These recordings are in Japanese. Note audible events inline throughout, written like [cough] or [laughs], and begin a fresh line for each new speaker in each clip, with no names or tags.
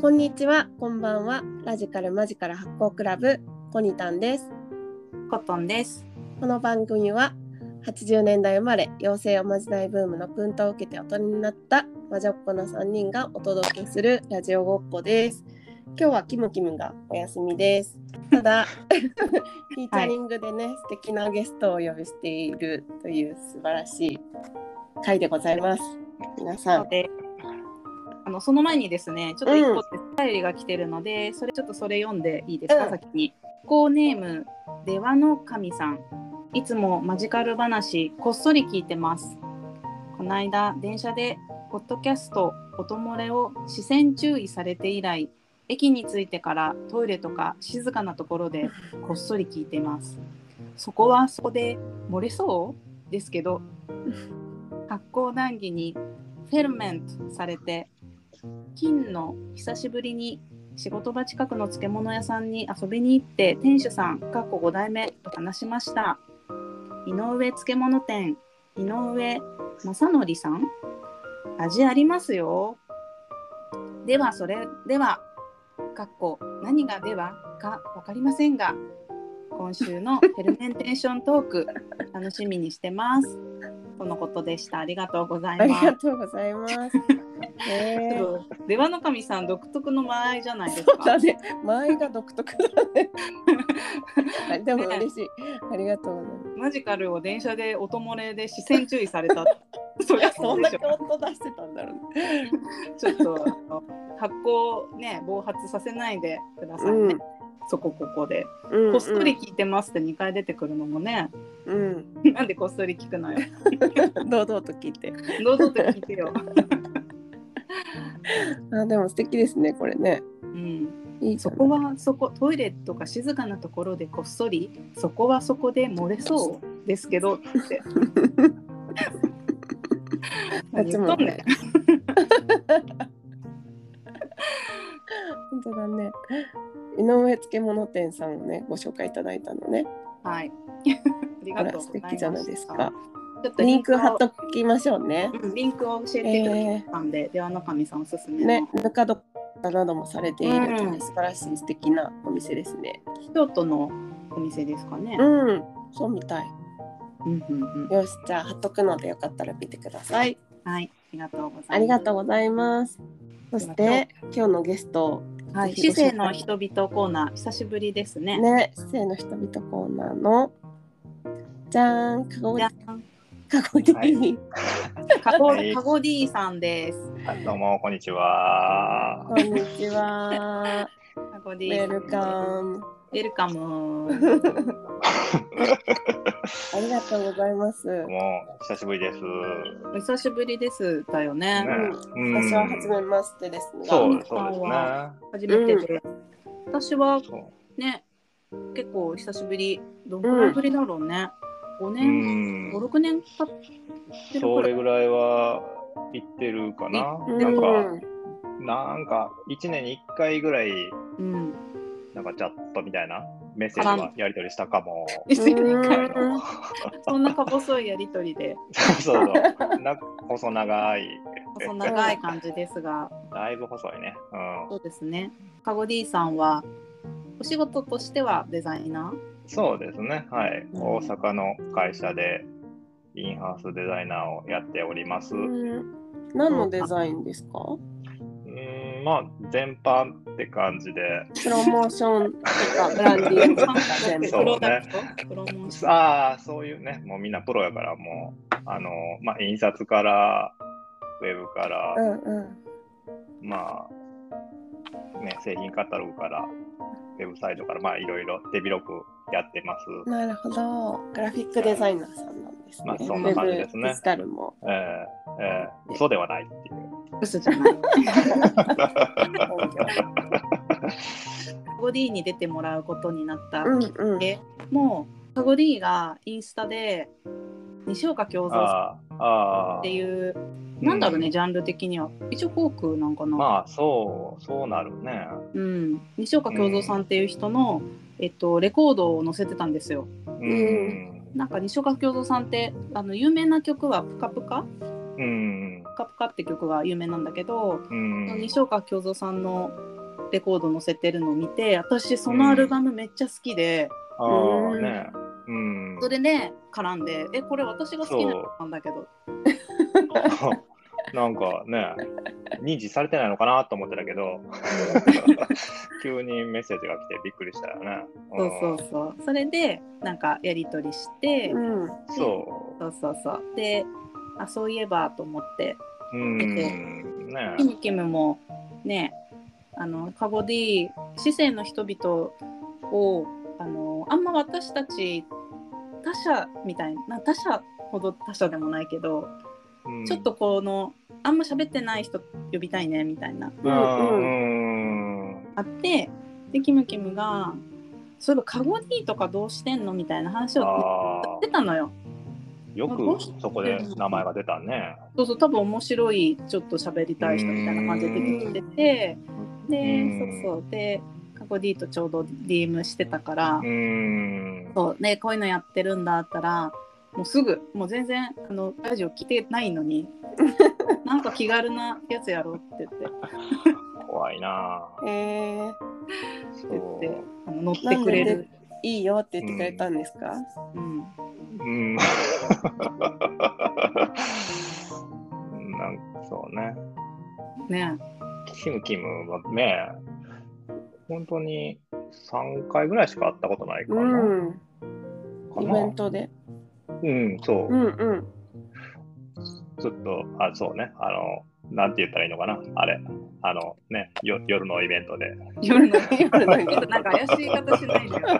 こんにちは、こんばんは。ラジカルマジカル発行クラブコニタンです。
コットンです。
この番組は80年代生まれ、妖精おまじないブームの薫陶を受けて大人になった魔女っ子の3人がお届けするラジオごっこです。今日はキムキムがお休みです。た [laughs] だ、フィーチャリングでね、素敵なゲストをお呼びしているという素晴らしい回でございます。皆さん、
で、あのその前にですね、ちょっと一個お便りが来てるので、それちょっとそれ読んでいいですか、
うん
先に。コーネームではの神さん。いつもマジカル話こっそり聞いてます。この間電車でポッドキャスト音漏れを視線注意されて以来、駅に着いてからトイレとか静かなところでこっそり聞いてます。そこはそこで漏れそうです
[laughs]
けど、発酵談義にフェルメントされて金の久しぶりに仕事場近くの漬物屋さんに遊びに行って店主さんかっこ5代目と話しました井上漬物店井上正則さん味ありますよではそれではかっこ何がではか分かりませんが今週のフェルメンテーショントーク楽しみにしてますとのことでしたありがとうござい
あり
ます
がとうございます。 [laughs] ねえ
ちょっと出羽の神さん独特の間合いじゃないです
そうだ
か。
ね。間合いが独特だね。はいでも
ね
嬉しい。ありがとうございま
マジカルを電車で音漏れで視線注意された。そりゃ
す。 [laughs] そ
そうんで
だ
し
け
ょ。
音出してたんだろうね。
ちょっとあの発酵ね暴発させないでくださいね。
うん
そこここで、
うんうん
こっそり。聞いてますって2回出てくるのもね。 [laughs]
うん。
なんでこっそり聞くのよ。
堂々と聞いて。
堂々と聞いて
[laughs]
よ。
あでも素敵ですねこれね。
うん。
いいじ
そ
ゃない
こはそこトイレとか静かなところでこっそりそこはそこで漏れそうですけど
[laughs]
って。
こっち
言っ
も
とんね
ね。本当だね。井上漬物店さんをねご紹介いただいたのね。
はい。あり
ほ
がと
ら
う
素
ございま
敵じゃないですか。。
ちょっと
リンク
を
貼っときましょうね。
うんリンクを教えてくれたんで、ではの神さんおすすめの。
ねぬか床などもされているという
うん
素晴らしい素敵なお店ですね。
京都のお店ですかね。
うん。そうみたい。
うんうんうん
よし、じゃあ貼っとくのでよかったら見てください。
はい。ありがとうございます。
ありがとうございます。そして今日のゲスト
はい。市政の人々コーナー久しぶりですね。
ね、市政の人々コーナーのじゃーん、かご
じゃ
か
ん
ごで、
はい
カゴ
はい
カゴ D さんです。
あどうもこんにちは。
こんにちは。
カゴ
ウ
D さ
ェ
ん
ルカム。
ウェル
[laughs]
カム。
ありがとうございます。
もう久しぶりです。
お久しぶりですだよね。
うん
私は初めましてですが、
そうそうですね。
初めてで。私は
そ
ね結構久しぶりどんくらいぶりだろうね、5
う。う
年、
ん。
56年経ってる
そ
くら
れ
い
ぐらいは行ってるかな。
うん、
なんかなんか一年に一回ぐらい
うん
なんかチャットみたいなメッセージはやり取りしたかも。
一年に一
う
回
ん
の
そんなか細いやりとりで
そうそう。な細長い。
細長い感じですが
だいぶ細いね。う
そうですねカゴ D さんはお仕事としてはデザイナ
ん。そうですね。はい。
うん
大阪の会社でインハウスデザイナーをやっております。
うん何のデザインですか？
うーんまあ全般って感じで
プロモーションとかブランディン
ー
グとか全部。
そう
プロダクトプロモーション
ああそういうねもうみんなプロやからもうあのまあ印刷からウェブから、
うんうん。
まあね製品カタログからウェブサイトからまあいろいろ手広くやってます。
なるほど。グラフィックデザイナーさんなんですね。
まあそ
んな
感じです
ウェ
ね
ブデジタルも。
えーえー嘘ではないっていう。
嘘じゃない
うんう
カゴ D に出てもらうことになった
んうん。
でもうカゴ D がインスタで西岡京三さ
あーあ
ん
ー
っていうなんだろうね、ジャンル的には一応フォークなんかな、
まあそうそうなるね。
うん、西岡京三さんっていう人の、えっと、レコードを載せてたんですよ
うん。
なんか西岡京三さんってあの有名な曲は「ぷかぷか
うん。」
カプカ」って曲が有名なんだけど、
うん
その西岡京三さんのレコード載せてるのを見て私そのアルバムめっちゃ好きで、
ああねうん
それで絡んで「えこれ私が好きなのなんだけど」
[laughs] なんかね認知されてないのかなと思ってた
[laughs]
けど急にメッセージが来てびっくりしたよね
そうそうそうそれでなんかやり取りして、
うん
うんそ
そうそうそうであそういえばと思って
ううんね
キムキムもねあのカゴディ市政の人々をあのあんま私たち他者みたいな他者ほど他者でもないけど、
うん
ちょっとこのあんま喋ってない人呼びたいねみたいな
うんう
うん
ん
あってでキムキムが「そういえばカゴディとかどうしてんの?」みたいな話を
あ
してたのよ。
ーよくそこで名前が出たね
そうそう多分面白いちょっと喋りたい人みたいな感じで出てきてて
うん
でそうそうで過去 D とちょうど DM してたから
うん
そうねこういうのやってるんだったらもうすぐもう全然あのラジオ聞いてないのに [laughs] なんか気軽なやつやろうって言って
怖いな
えー、
そう
言ってあの乗ってくれる。
いいよって言ってくれたんですか、
うん
うん。 [laughs] なんかそうね。
ね
キムキムはね、本当に3回ぐらいしか会ったことないかな。
うん、
か
イ
な
ベントで。
うん、そう
う。んうん。
ずっと、あ、そうね。あの、なんて言ったらいいのかな。あれ。あのね、よ夜のイベントで。
夜の
夜のイベント
なんか怪しい方しないでよ。
[laughs]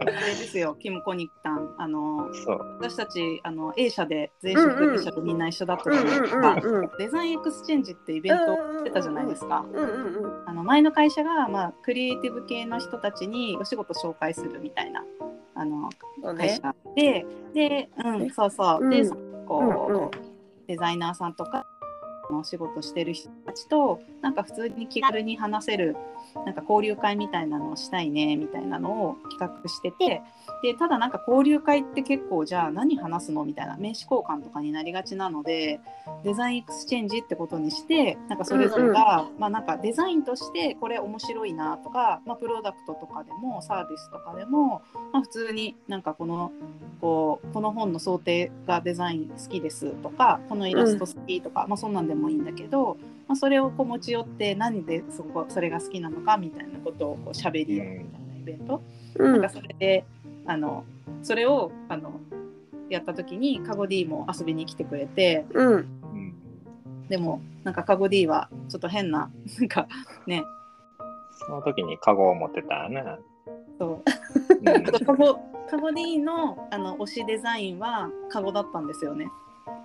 あれですよキム・コニッタンあの
そう。
私たちあの A 社で全社
うんうん
A 社でみんな一緒だった
うん
じ
う
ゃないです
んう
か。
んうん。
デザインエクスチェンジってイベントをしてたじゃないですか。
うんうんうん。
あの前の会社が、まあ、クリエイティブ系の人たちにお仕事紹介するみたいなあの
そう
会
ね。
社で、で、うん、そうそう、
う
で
ん
そこう、
うんうん
デザイナーさんとかお仕事してる人たちとなんか普通に気軽に話せるなんか交流会みたいなのをしたいねみたいなのを企画しててでただなんか交流会って結構じゃあ何話すのみたいな名刺交換とかになりがちなのでデザインエクスチェンジってことにしてなんかそれぞれが、まあ、なんかデザインとしてこれ面白いなとか、まあ、プロダクトとかでもサービスとかでも、まあ、普通になんかこのこうこの本の想定がデザイン好きですとかこのイラスト好きとか、まあ、そんなんでもいいんだけど、まあ、それをこう持ち寄って何でそこそれが好きなのかみたいなことをこう喋り合うみたいなイベント、
う
なん
ん
かそれであのそれをあのやった時にカゴ D も遊びに来てくれて
うん。
うん
でもなんかカゴ D はちょっと変ななんかね
その時にカゴを持ってたよね。
そう
う
[laughs] カゴカゴ D のあの推しデザインはカゴだったんですよね。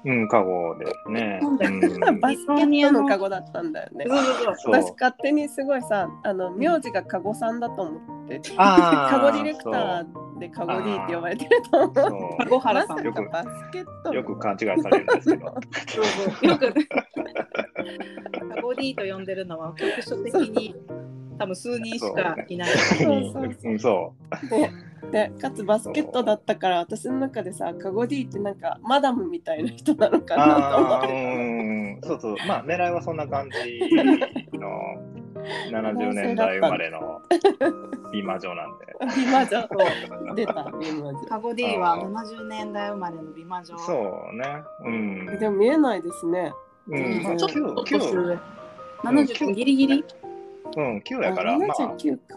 ん、うん、カゴですね。
なんだよ
うん
バスケットのカゴだったんだよね
そう。そうそう
そう
私勝手にすごいさ、あの名字がカゴさんだと思って、
あ
カ
ー
ゴディレクターでカゴ D って呼ばれてると思
そう
う。
そう
カゴ
ま
原
さ
さん
か
よく
バスケット
よく勘違いされるんですけど。
[laughs] よくカゴ D と呼んでるのは局所的に多分数人しかいない。
そうそう
うんそ
でかつバスケットだったから私の中でさカゴ D ってなんかマダムみたいな人なのか
う。
なと思
あ
っ
あ、う
て
ん、そうそう。まあ、狙いはそんな感じの70年代生まれの美魔女なんで。
た美魔女
そう
出た美魔女
カゴ D は70年代生まれの美魔女。
そうね。うん。
でも見えないですね
うん、まあ、
ちょっと
9、
ちょっと
9、
上70ギリギリ
うん、9
あ
やから、まあ、
79か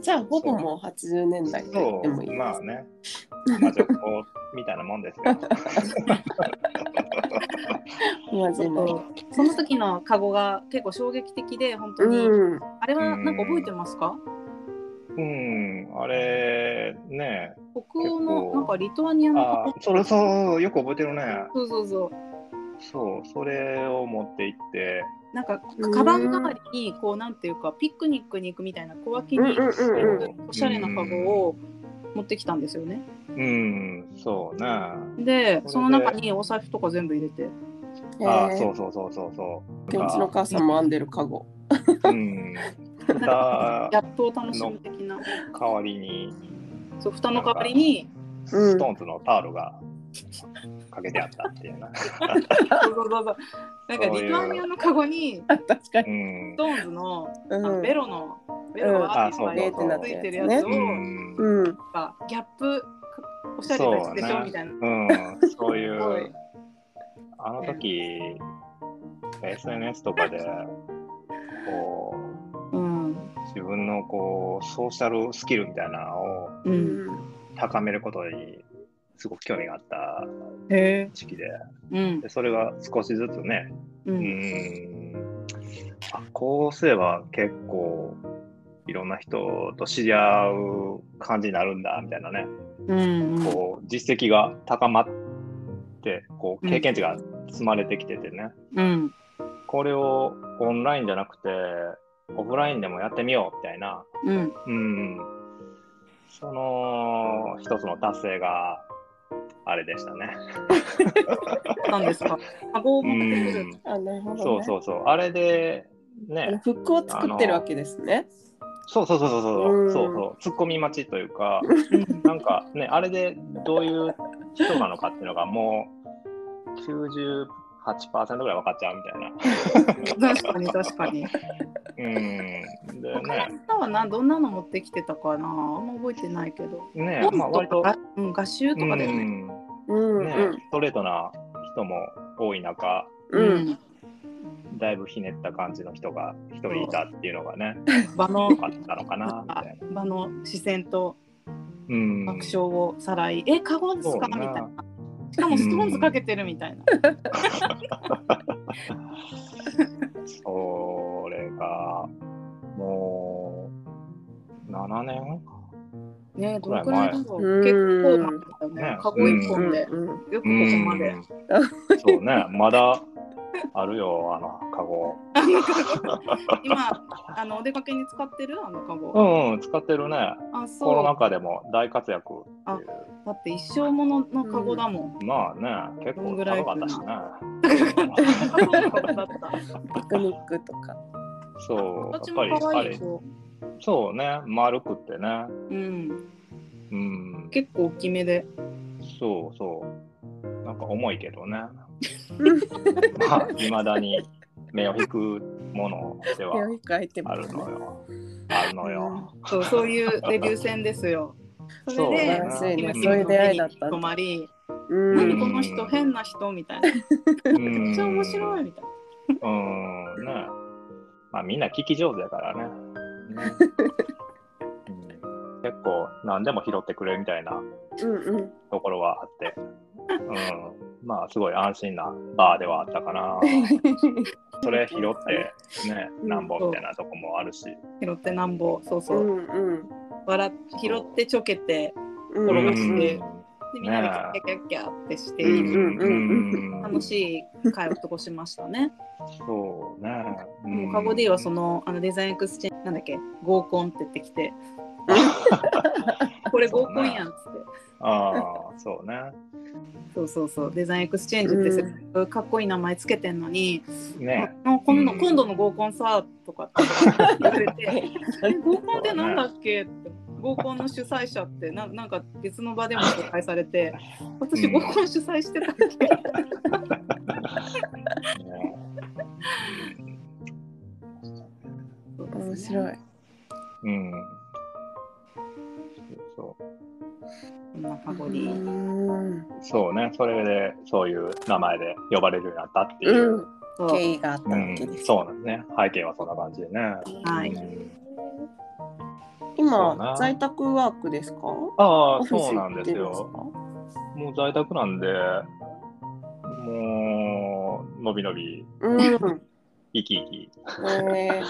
じゃあほぼもう80年代と言っ
そ、
てもいいうです、
まあね。魔女っ子みたいなもんですよ。
マジの
その時のカゴが結構衝撃的で本当に、
うん
あれはなんか覚えてますか
うん、あれ、ね。
北欧
結
の
構
なんかリトアニアの
ああ、それそう、よく覚えてるね。
そうそうそう
そう、それを持って行って、
なんか
うん
カバン代わりにこうなんていうかピクニックに行くみたいな小脇
うん
に
うんうんうん
おしゃれなカゴを持ってきたんですよね。
うん、そうね。
で
それで
その中にお財布とか全部入れて
あ
え
あ、
ー
そうそうそうそうそう。
でうちのお母さんも編んでるカゴ
うん。蓋
やっと楽しむ的な
代わりに、
そう蓋の代わりに
ストーンズのタオルがかけてあったっていうな。
[laughs] そうそうそうそうなんかリトアニアのカゴに
確かに。
うん
ス。トーンズの
う
あの
ん。
ベロのベロが
あそうそう
いっ
そう
ぱいついてるやつを
うん
うん。
なんかギャップかおしゃれなやつでし
そう
ょ
ね
みたいな。
うん、そうい、
すごいう
あの時、SNS とかで、こ
うん
う、自分のこう、ソーシャルスキルみたいなのを
うん、
高めることに、すごく興味があった
へえ、
時期で、
うん
でそれが少しずつね、
う
うんん、あこうすれば結構、いろんな人と知り合う感じになるんだ、みたいなね。
うんうん
こう実績が高まってこう経験値が積まれてきててね、
うん
これをオンラインじゃなくてオフラインでもやってみようみたいな、
うん
うん、その一つの達成があれでしたね。
なんですか。カゴを
う
持ってくる。
ん、
あ、なるほど、ね。
そうそうそうあれで
あの
ね
復興を作ってるわけですね。
そうそうそうそう
う
そ
ん
うそうそうツッコミ待ちというか [laughs]
うん
なんかねあれでどういう人なのかっていうのがもう98%ぐらい分かっちゃうみたいな。
確かに確かに。
うんで
他の
ね、
人はなどんなの持ってきてたかな。あんま覚えてないけど。
ねまあ、割と、
うん合集とかだよね。
うん、
うんねストレートな人も多い中、
うん、うん。
だいぶひねった感じの人が一人いたっていうのがね、
場の
良かったのかなみたいな。
場の視線と
う
[laughs]
ん、
爆笑をさらい、えカゴですか
そ
み
う
た
だ
い
な
な。しかもストーンズかけてるみたいな。
それが、もう、7年
ねどのくらいだろ
う
うん結構なんだよね
ね。
カゴ一本でよ
うん
くここまで。
うんそうね、まだあるよ、あの、カゴ。
今あのお出かけに使ってるあのカゴ。
うん、うん、使ってるね。
あ
コ
そ
ロ
う
ナ禍でも大活躍っていう。
だって一生もののカゴだもん。
まあね、結
どん
構
ぐらい
高か
か
った
な
しね。
カゴのカゴだった。
ピクニックとか。
そう、や
形
っぱり
も可
あ
愛い
れ、
こ
そうね、丸くってね。
う。うん。
うん、
結構大きめで。
そうそう。なんか重い
[laughs]
けどね。まあ、いまだに目を引くものでは
手を引くアイテム
あるのよ。あるのよ。
そうそういうデビュー戦で
[laughs]
すよ。それ
素
で
晴らしいね
今
うん
そ
君
ういう出
の目
会い
に
だった
止まり、
う
何
ん。
この人変な人みたいな。 [laughs] め
め
っちゃ面白い。みたいな。
うん、ね。まあ、みんな聞き上手だからね。ねうん [laughs] 結構何でも拾ってくれるみたいな
うんうん。
ところはあって、うん、まあすごい安心なバーではあった
[laughs]
かな。それ拾ってね、なんぼみたいなとこもあるし、
拾ってなんぼ、そう
う
そう。
んうん。
笑っ拾ってちょけて、
うん
転
う
が
ん
して
うん
でみんなでキャッキャッキャッキャッってして、
うんうんうん
うん
楽しい会を過ごしました
[laughs]
ね。
そうね。
もうカゴ D はそのあのデザインエクスチェンジなんだっけ合コンって言ってき
[laughs]
てこれ合コンやんっつって
ああ、そうね。
そうそうそうデザインエクスチェンジってせっかくかっこいい名前つけてんのに、
ね
[laughs]
あの今度
うん
今度の合コンさとかって言われ
[laughs]
てえ合コンってなんだっけって合コンの主催者ってななんか別の場でも紹介されて私合コン主催してたっけ、
ね
面白い。
うん。そう
こんなカゴ
う
D
ん。
そうね、それでそういう名前で呼ばれるようになったっていうう、
ん。
そう
経緯があった
う
わ
ん
けです。
そうなんですね、背景はそんな感じでね。
はい
うんそう
今
な
在宅ワークですか？
あ
オ
あ、
フィス
そうなん
行っ
です
てるん
よ。もう在宅なんで、もう、のびのび、
ですか。
生き生き、
うん。え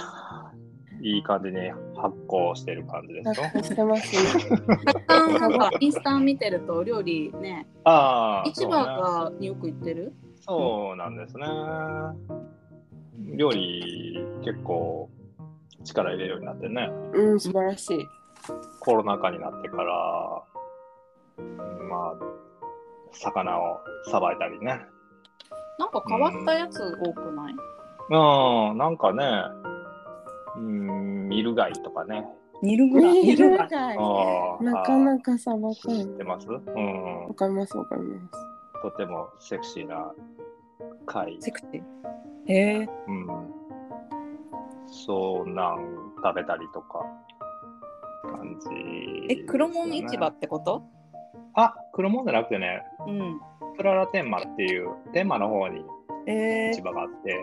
いい感じに発酵してる感じ
え。
で
なん
すよ。
かしてますね。
あーなんかインスタ見てると料理ね
ああ、
市場がによく行ってる
そう,、そうなんですね。料理、結構、力入れるようになってね、
うん、素晴らしい。
コロナ禍になってから、まあ、魚をさばいたりね。
なんか変わったやつ多くない、
うん、なんかね、うん、ミル貝とかね。
煮るぐらい
見るか
あー
なかなかさばか
知
ない
っ。てますうん。
わかりますわかります。
とてもセクシーな回、
セクシー。へえ。
うん、そうなん食べたりとか感じ、
え、黒門市場ってこと
あ黒門じゃなくてね
うん。
プララ天満っていう天満の方に
え
市場があって、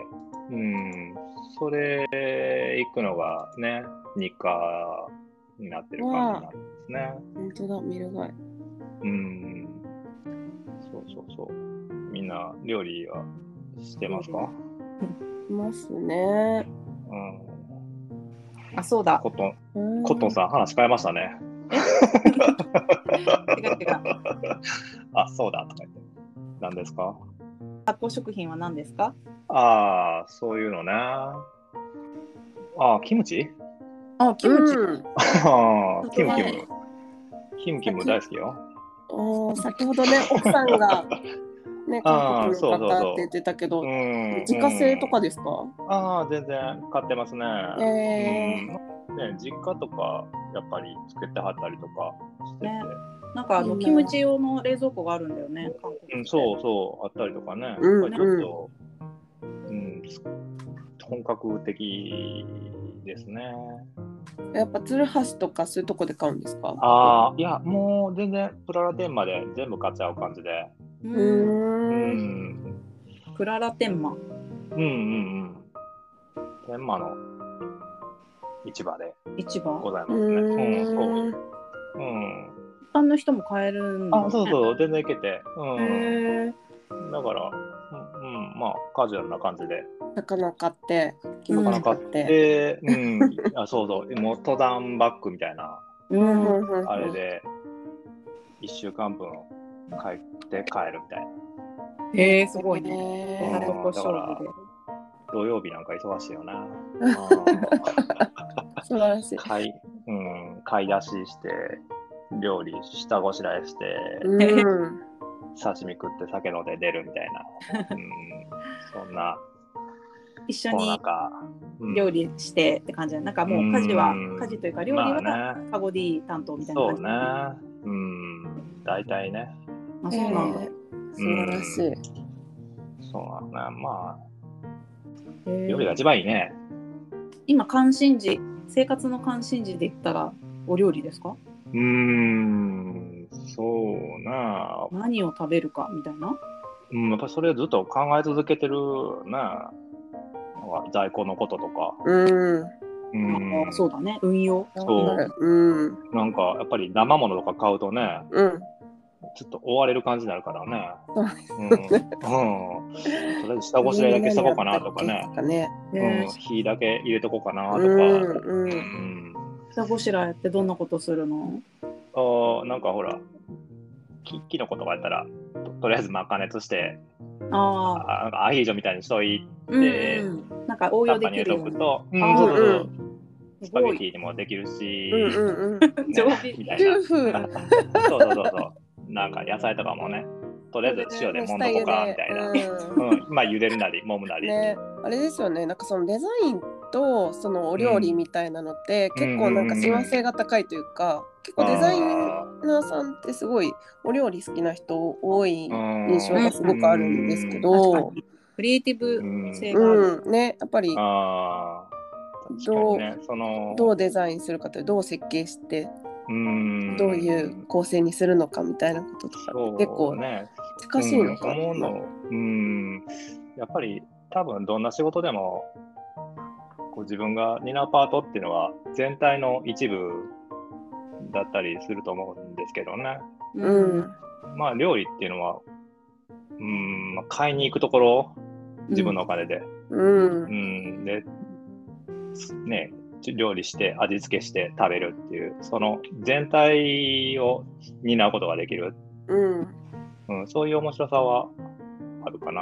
うん、それ行くのがね、日課になってる感じなんですね。
本当だ、見るがい。
うん、そうそうそう。みんな料理はしてますか、
いますね。
うん、
あ、そうだ。
コットン、
うん
コットンさん話変えましたね。
違う違う。
あ、そうだとか言って。何ですか
発酵食品は何ですか
ああ、そういうのね。あーキムチ
あ、キムチ。
うんあ
あーキムキ
は
ム。キムキム大好きよ。
ー先ほど
[laughs]
ね、奥さんが、ね、
あ
韓
ー
国の方って言ってたけど、
うん、
自家製と
う
か
ん
ですか、
ああ、全然買ってますね。
え
うんね、実家とか、やっぱり作ってはったりとかしてて、
ねなんかあの
いいな
キムチ用の冷蔵庫があるんだよね。韓国
うん、そうそう、あったりとかね、
うん
やっぱりちょっと、うん、本格的ですね。
やっぱ、ツルハシとかそういうとこで買うんですかあ。
ああ、いや、もう全然、プララテンまで全部買っちゃう感じで、
う。
うん。
うんん、
クララテンマン。
うん、うん、うん。天満の市場で
市場。
ございま
う
すね。うん、そ
ん
う。うん
一般の人も買えるんだ、ね。
あ、そうそう、全然いけて。うん。
へえ。
だから、うん、うんまあ、カジュアルな感じで。
魚買って、キムチ買って。
で、うん、あそうそう、もう登山バッグみたいな、
う
う
ん
ん。
うんうん
あれで、1週間分買って帰るみたいな。
へえ、すごいね。
へ
あ
ー
そこ勝負で。
土曜日なんか忙しいよな。
素晴ら
[laughs]
しい。
買い、うん、買い出しして、料理下ごしらえして、
うん。
刺身食って酒飲んで出るみたいな。うん、そんな、
一緒
こうなん
に
か、うん
料理してって感じだねなんかもう家事は
うん
家事というか料理は
まあね、
カゴディ担当みたいな
そ
感
う
じ
ね。うん、大体ね。
あ
え
そうなんだ
ー素晴らしい。
そうだね。まあ、
へえ
料理が一番いいね。
今関心事生活の関心事で言ったらお料理ですか
うーん、そうな。
何を食べるかみたいな
うん、やっぱりそれをずっと考え続けてるな。なんか在庫のこととか。
うん。
うん、
あそうだね運用
そう
うん。
なんかやっぱり生ものとか買うとね、
うん。
ちょっと追われる感じになるからね。
そう
うん、うん、とりあえず下ごしらえだけしとこうかなとかね。
ね。
うん
ね、
火だけ入れとこうかなとか。
うんう。
うんん
下ごしらえってどんなことするの
あーなんかほら、きキノコとかやったら、ととりあえずまあ加熱して、
ああ
あなんかアヒージョみたいにしとい
うん
で
うんなんか応
た
用
っ
で
ぱ
き
に入れ
るよ
と
う
く
に
と、うん
あー
そうそうそうス
す
パ
ご
ゲテ
い
ィにもできるし、
うんうんうん。
ね
上品
みたいな。
夫婦。
そうそうそうそう。なんか野菜とかもね、とりあえず塩で揉んどこうかみたい
う
な。
ん
うん、まあ茹でるなり、揉むなり。
ね、あれですよね。なんかそのデザインとそのお料理みたいなのって結構なんか親和性が高いというか、結構デザイナーさんってすごいお料理好きな人多い印
印
象がすごくあるんですけ
確
ど
か、にクリエイティブ性がある
うん、ね、やっぱり
ああ、確かにね、その、
どうデザインするかというどう設計して
うん
どういう構成にするのかみたいなこととか
そう
結構
ね、
難しいのかな。
うん思うのうんやっぱり多分どんな仕事でもこう自分が担うパートっていうのは全体の一部だったりすると思うんですけどね
うん、
まあ料理っていうのはうん、まあ、買いに行くところ自分のお金で、
うん
うん、でね料理して味付けして食べるっていうその全体を担うことができる、
うん
うん、そういう面白さはあるかな。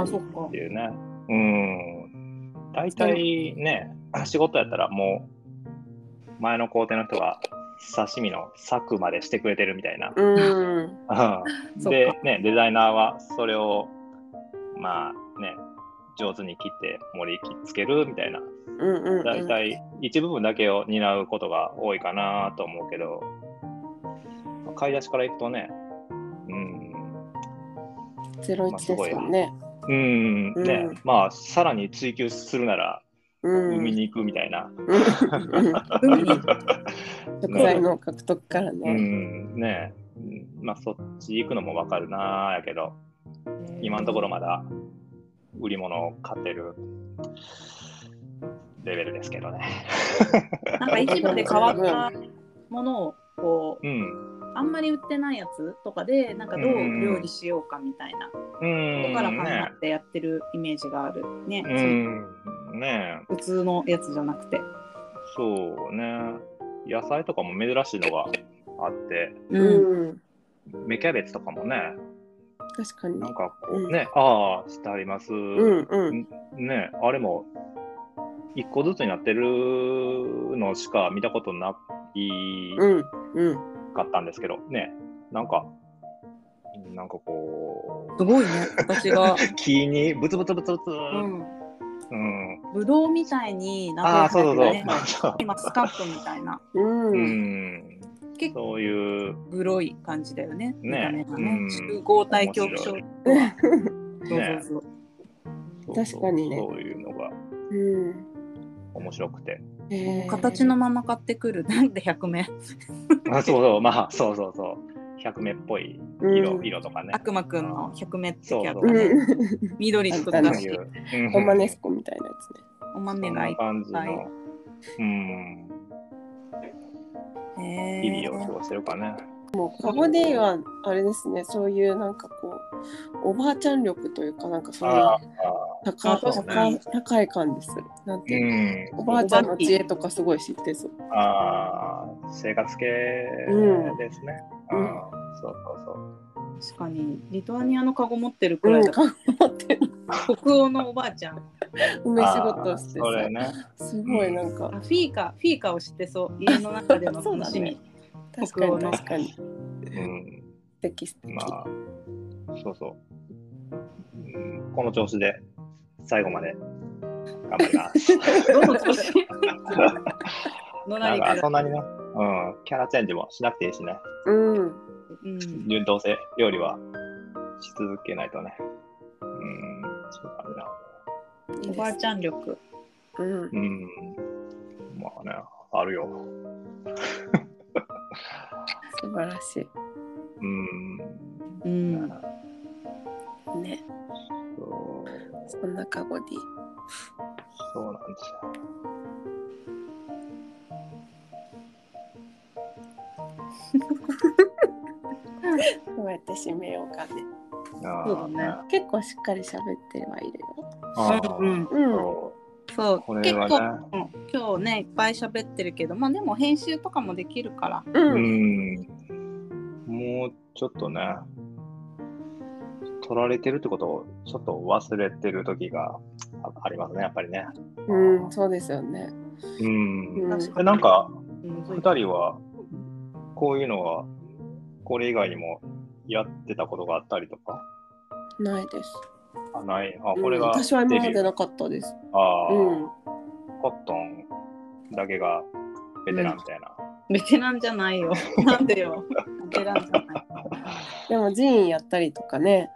あそっか
っていうね。うん。大体ね、仕事やったらもう、前の工程の人が刺身の柵までしてくれてるみたいな。
うん
うん
[laughs] そっか
で、ね、デザイナーはそれを、まあね、上手に切って盛りつけるみたいな。
うんうんうん
大体一部分だけを担うことが多いかなと思うけど、買い出しから行くとね、うん、
ゼロ
まあ
一
す
で
ご
す
い
もんね。
うん、
うん
ね、まあ、さらに追求するなら、
うん。
海に行くみたいな。
うん。う
[laughs]
ん
海に
食材の獲得から
う
ね。
ん、ねうんまあ、そっち行くのもわかるなあやけど、 [laughs] 今のところまだ売り物を買ってるレベルですけどね。
なんか市場で変わったものをこう
うん。
あんまり売ってないやつとかでなんかどう料理しようかみたいな
うん。
とこから考
ね
えてやってるイメージがあるね、
う
そ
ん。ね
の普通のやつじゃなくて、
そうね。野菜とかも珍しいのがあって、
うん。
芽キャベツとかもね、
確かに
な
ね
ん。かこうね、ああ、してあります。
うんうん。
ねあれも1個ずつになってるのしか見たことない
うんうん。
かったんですけど、ねなんかなんかこ
すごいね私
[laughs]
が、
う木にブツブツブツブツ、う
うんん、ブドウみたいに
ああそうそうそう、
ね [laughs] 今スカットみたいな
う。
うんん、
結構
そういう
黒い感じだよね。
ね
見た目がね
うん
集合体恐怖症とは。そうそう
そうそう
確かにね
そういうのが
うん。
面白くて [laughs]
そう。形のまま買ってくる。なんで100名
あそうそうまあそうそうそう100目っぽい色,、
うん
色とかね
悪魔くんの100名ってやつだ
そう
ね。
うん。
緑の
あった
だ
ね
し、
うん
おまねすこみたいなやつね。
お豆
そん
がい
な
っ
感じ
ぱい
の、うん、
ぱい。
日々を過ごしてるかね。
もうカボディはあれですね。そういうなんかこうおばあちゃん力というかなんかそういう
あ
高
そう
そう
高い高い感じする。なんて
ー
いうの。
うん、
おばあちゃんの知恵とかすごい知ってそう。
あー生活系
うん
ですね。
うん
あーそうそう
確かに、リトアニアのカゴ持ってるく
う
らい
ん。
だ。
頑張ってる。
北欧のおばあちゃん。
そう。
梅仕事をして
あーそれね。
さ。すごいなんか
あ、フィーカ、フィーカを知ってそう。家の中での楽しみ。
確かに確かに。素
う
敵素敵。
ん、まあ、そうそう、うん。この調子で最後まで頑張り [laughs] ます。
どの年
[laughs]
のら
なん
りくら
か
い
そんなにね、うん、キャラチェンジもしなくていいしね。
うん。
うん。
どうせ料理はし続けないとね。うん、そうだね。
おばあちゃん力。
うん。
うん。まあね、あるよ。
素晴らし
うん。
うん。
い。ね。
そう
そんなカゴディ。
そうなんですよ。
どうやって締めようかね。
あー
そうだね
結構しっかり喋ってはいるよ。
あー
うんうん
うん。
そ
そう
こ、れ
結
は
構、
ね
うん今日ね、いっぱい喋ってるけど、まあでも編集とかもできるから、
う。う
うん。
ん。もうちょっとね、取られてるってことをちょっと忘れてる時があありますね、やっぱりね。
うん、そうですよね。
うん。
うん
確
えなんか、
うん
二人は、こういうのは、これ以外にもやってたことがあったりとか、
ないです。
あない、あ、これ
うん
がデビ
私は今まで
ュー。
なかったです。
ああ、
うん。
コットンだけがベテランみたいな。
ベテランじゃない
[laughs]
よ。なんでよ。ベテランじゃない。
でも寺院やったりとかね。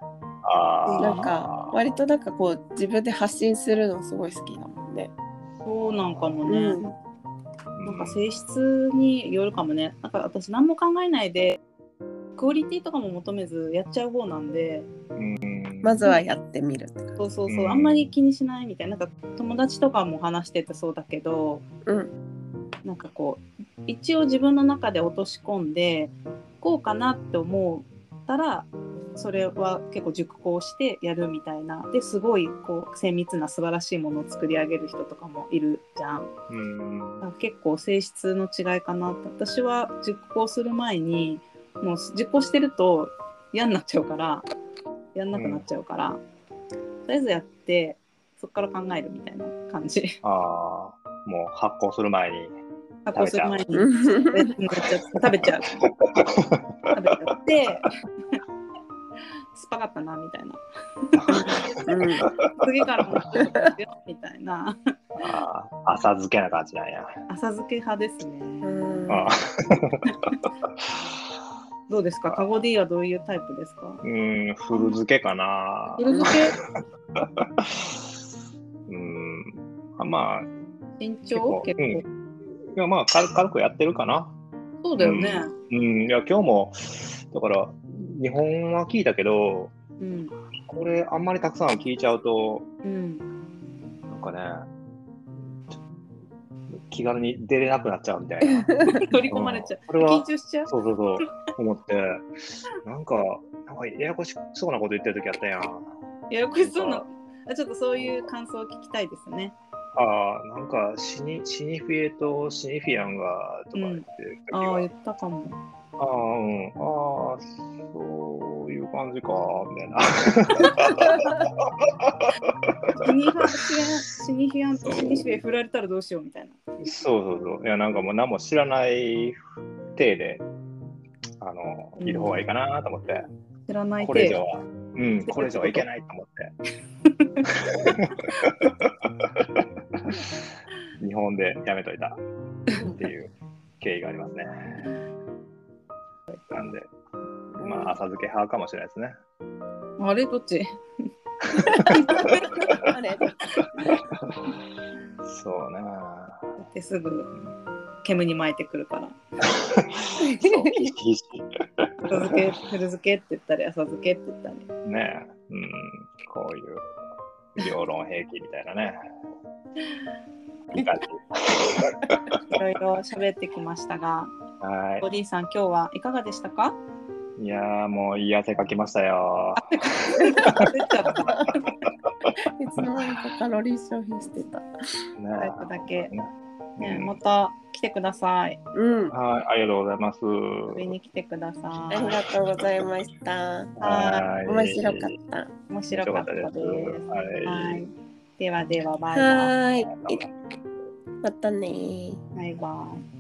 ああ。
なんか割となんかこう自分で発信するのすごい好きなもんね。
そうなんかも
う
ね、
ん。
な
なんか性質によるかもね。なんか私何も考えないで、クオリティとかも求めずやっちゃう方なんで、
まずはやってみるって感じ。
そうそうそうう、
ん
あんまり気にしないみたいな。なんか友達とかも話してたそうだけど、
うん。
なんかこう一応自分の中で落とし込んでこうかなって思ったらそれは結構熟考してやるみたいなですごいこう精密な素晴らしいものを作り上げる人とかもいるじゃん。
うん。
だから結構性質の違いかなって私は熟考する前にもう熟考してると嫌になっちゃうからやんなくなっちゃうから、とりあえずやってそこから考えるみたいな感じ。
ああ、もう発行する前に。
発酵する前に
食べ
食べちゃう。食べちゃって、酸っぱかったなみたいな。
うん。
次からもうちょっと食べようみたいな。
ああ、浅漬けな感じなんや。
浅漬け派ですね。
うん
ああ。
どうですかカゴ D はどういうタイプですか
うん、古漬けかな。
古漬け
うん、あまあ、
身長
結
結構、
構いやまあ軽、軽くやってるかな。
そうだよね。
うん、いや、今日も、だから、日本は聞いたけど、
うん。
これ、あんまりたくさん聞いちゃうと、
うん。
な
[laughs]
んかね、ちょ気軽に出れなくなっちゃうみたい
[laughs]
な。
取り込まれちゃ
これ
う。
は
緊張しちゃう。
そうそうそう、思って、なんか、なんかややこしそうなこと言ってる時あったやん。
ややこしそう
なん
な
か。
あちょっとそういう感想を聞きたいですね。
ああ、なんかシニ、シニフィエとシニフィアンがとか言ってる時
あ
は、
あ、言ったかも。
ああ、うん、ああ、そういう感じか、みたいな。 [laughs]
シニファシアシニフィアンとシニシフィ振られたらどうしようみたいな。
そうそうそう。いや、なんかもう何も知らない体で、あの、いる方がいいかなと思って、
知らない
これ以
程
上
度。
は、うん、これ以上はいけないと思って。日本でやめといたっていう経緯がありますね。なんで、まあ、浅漬け派かもしれないですね。
あれどっ
[laughs]
ち
あれ
そうね。
ってすぐ煙に巻いてくるから。
そう、ひしひし
浅漬け、古漬けって言ったり、浅漬けって言ったり。
ねえ、うん、こういう両論兵器みたいなね。いい感じ。
いろいろ喋ってきましたが、
は
ボディさん、今日はいかがでした
[laughs]
か
い。いやー、もういい汗かきましたよ。
出ちゃった。
いつの間にかカロリー消費してた。
ね
最後だけ。
え
ね、
うん
また来てください。
うん。
はい、ありがとうございます。
遊びに来てくださ
あり
い。
がとうございました。
はい
面白かった。
面
面
白
白
か
か
っ
ったた
で。
ですす。はい。
はい。ではでは、バイバイ。
はーい。
バイバイ
またねー。
バイバイ。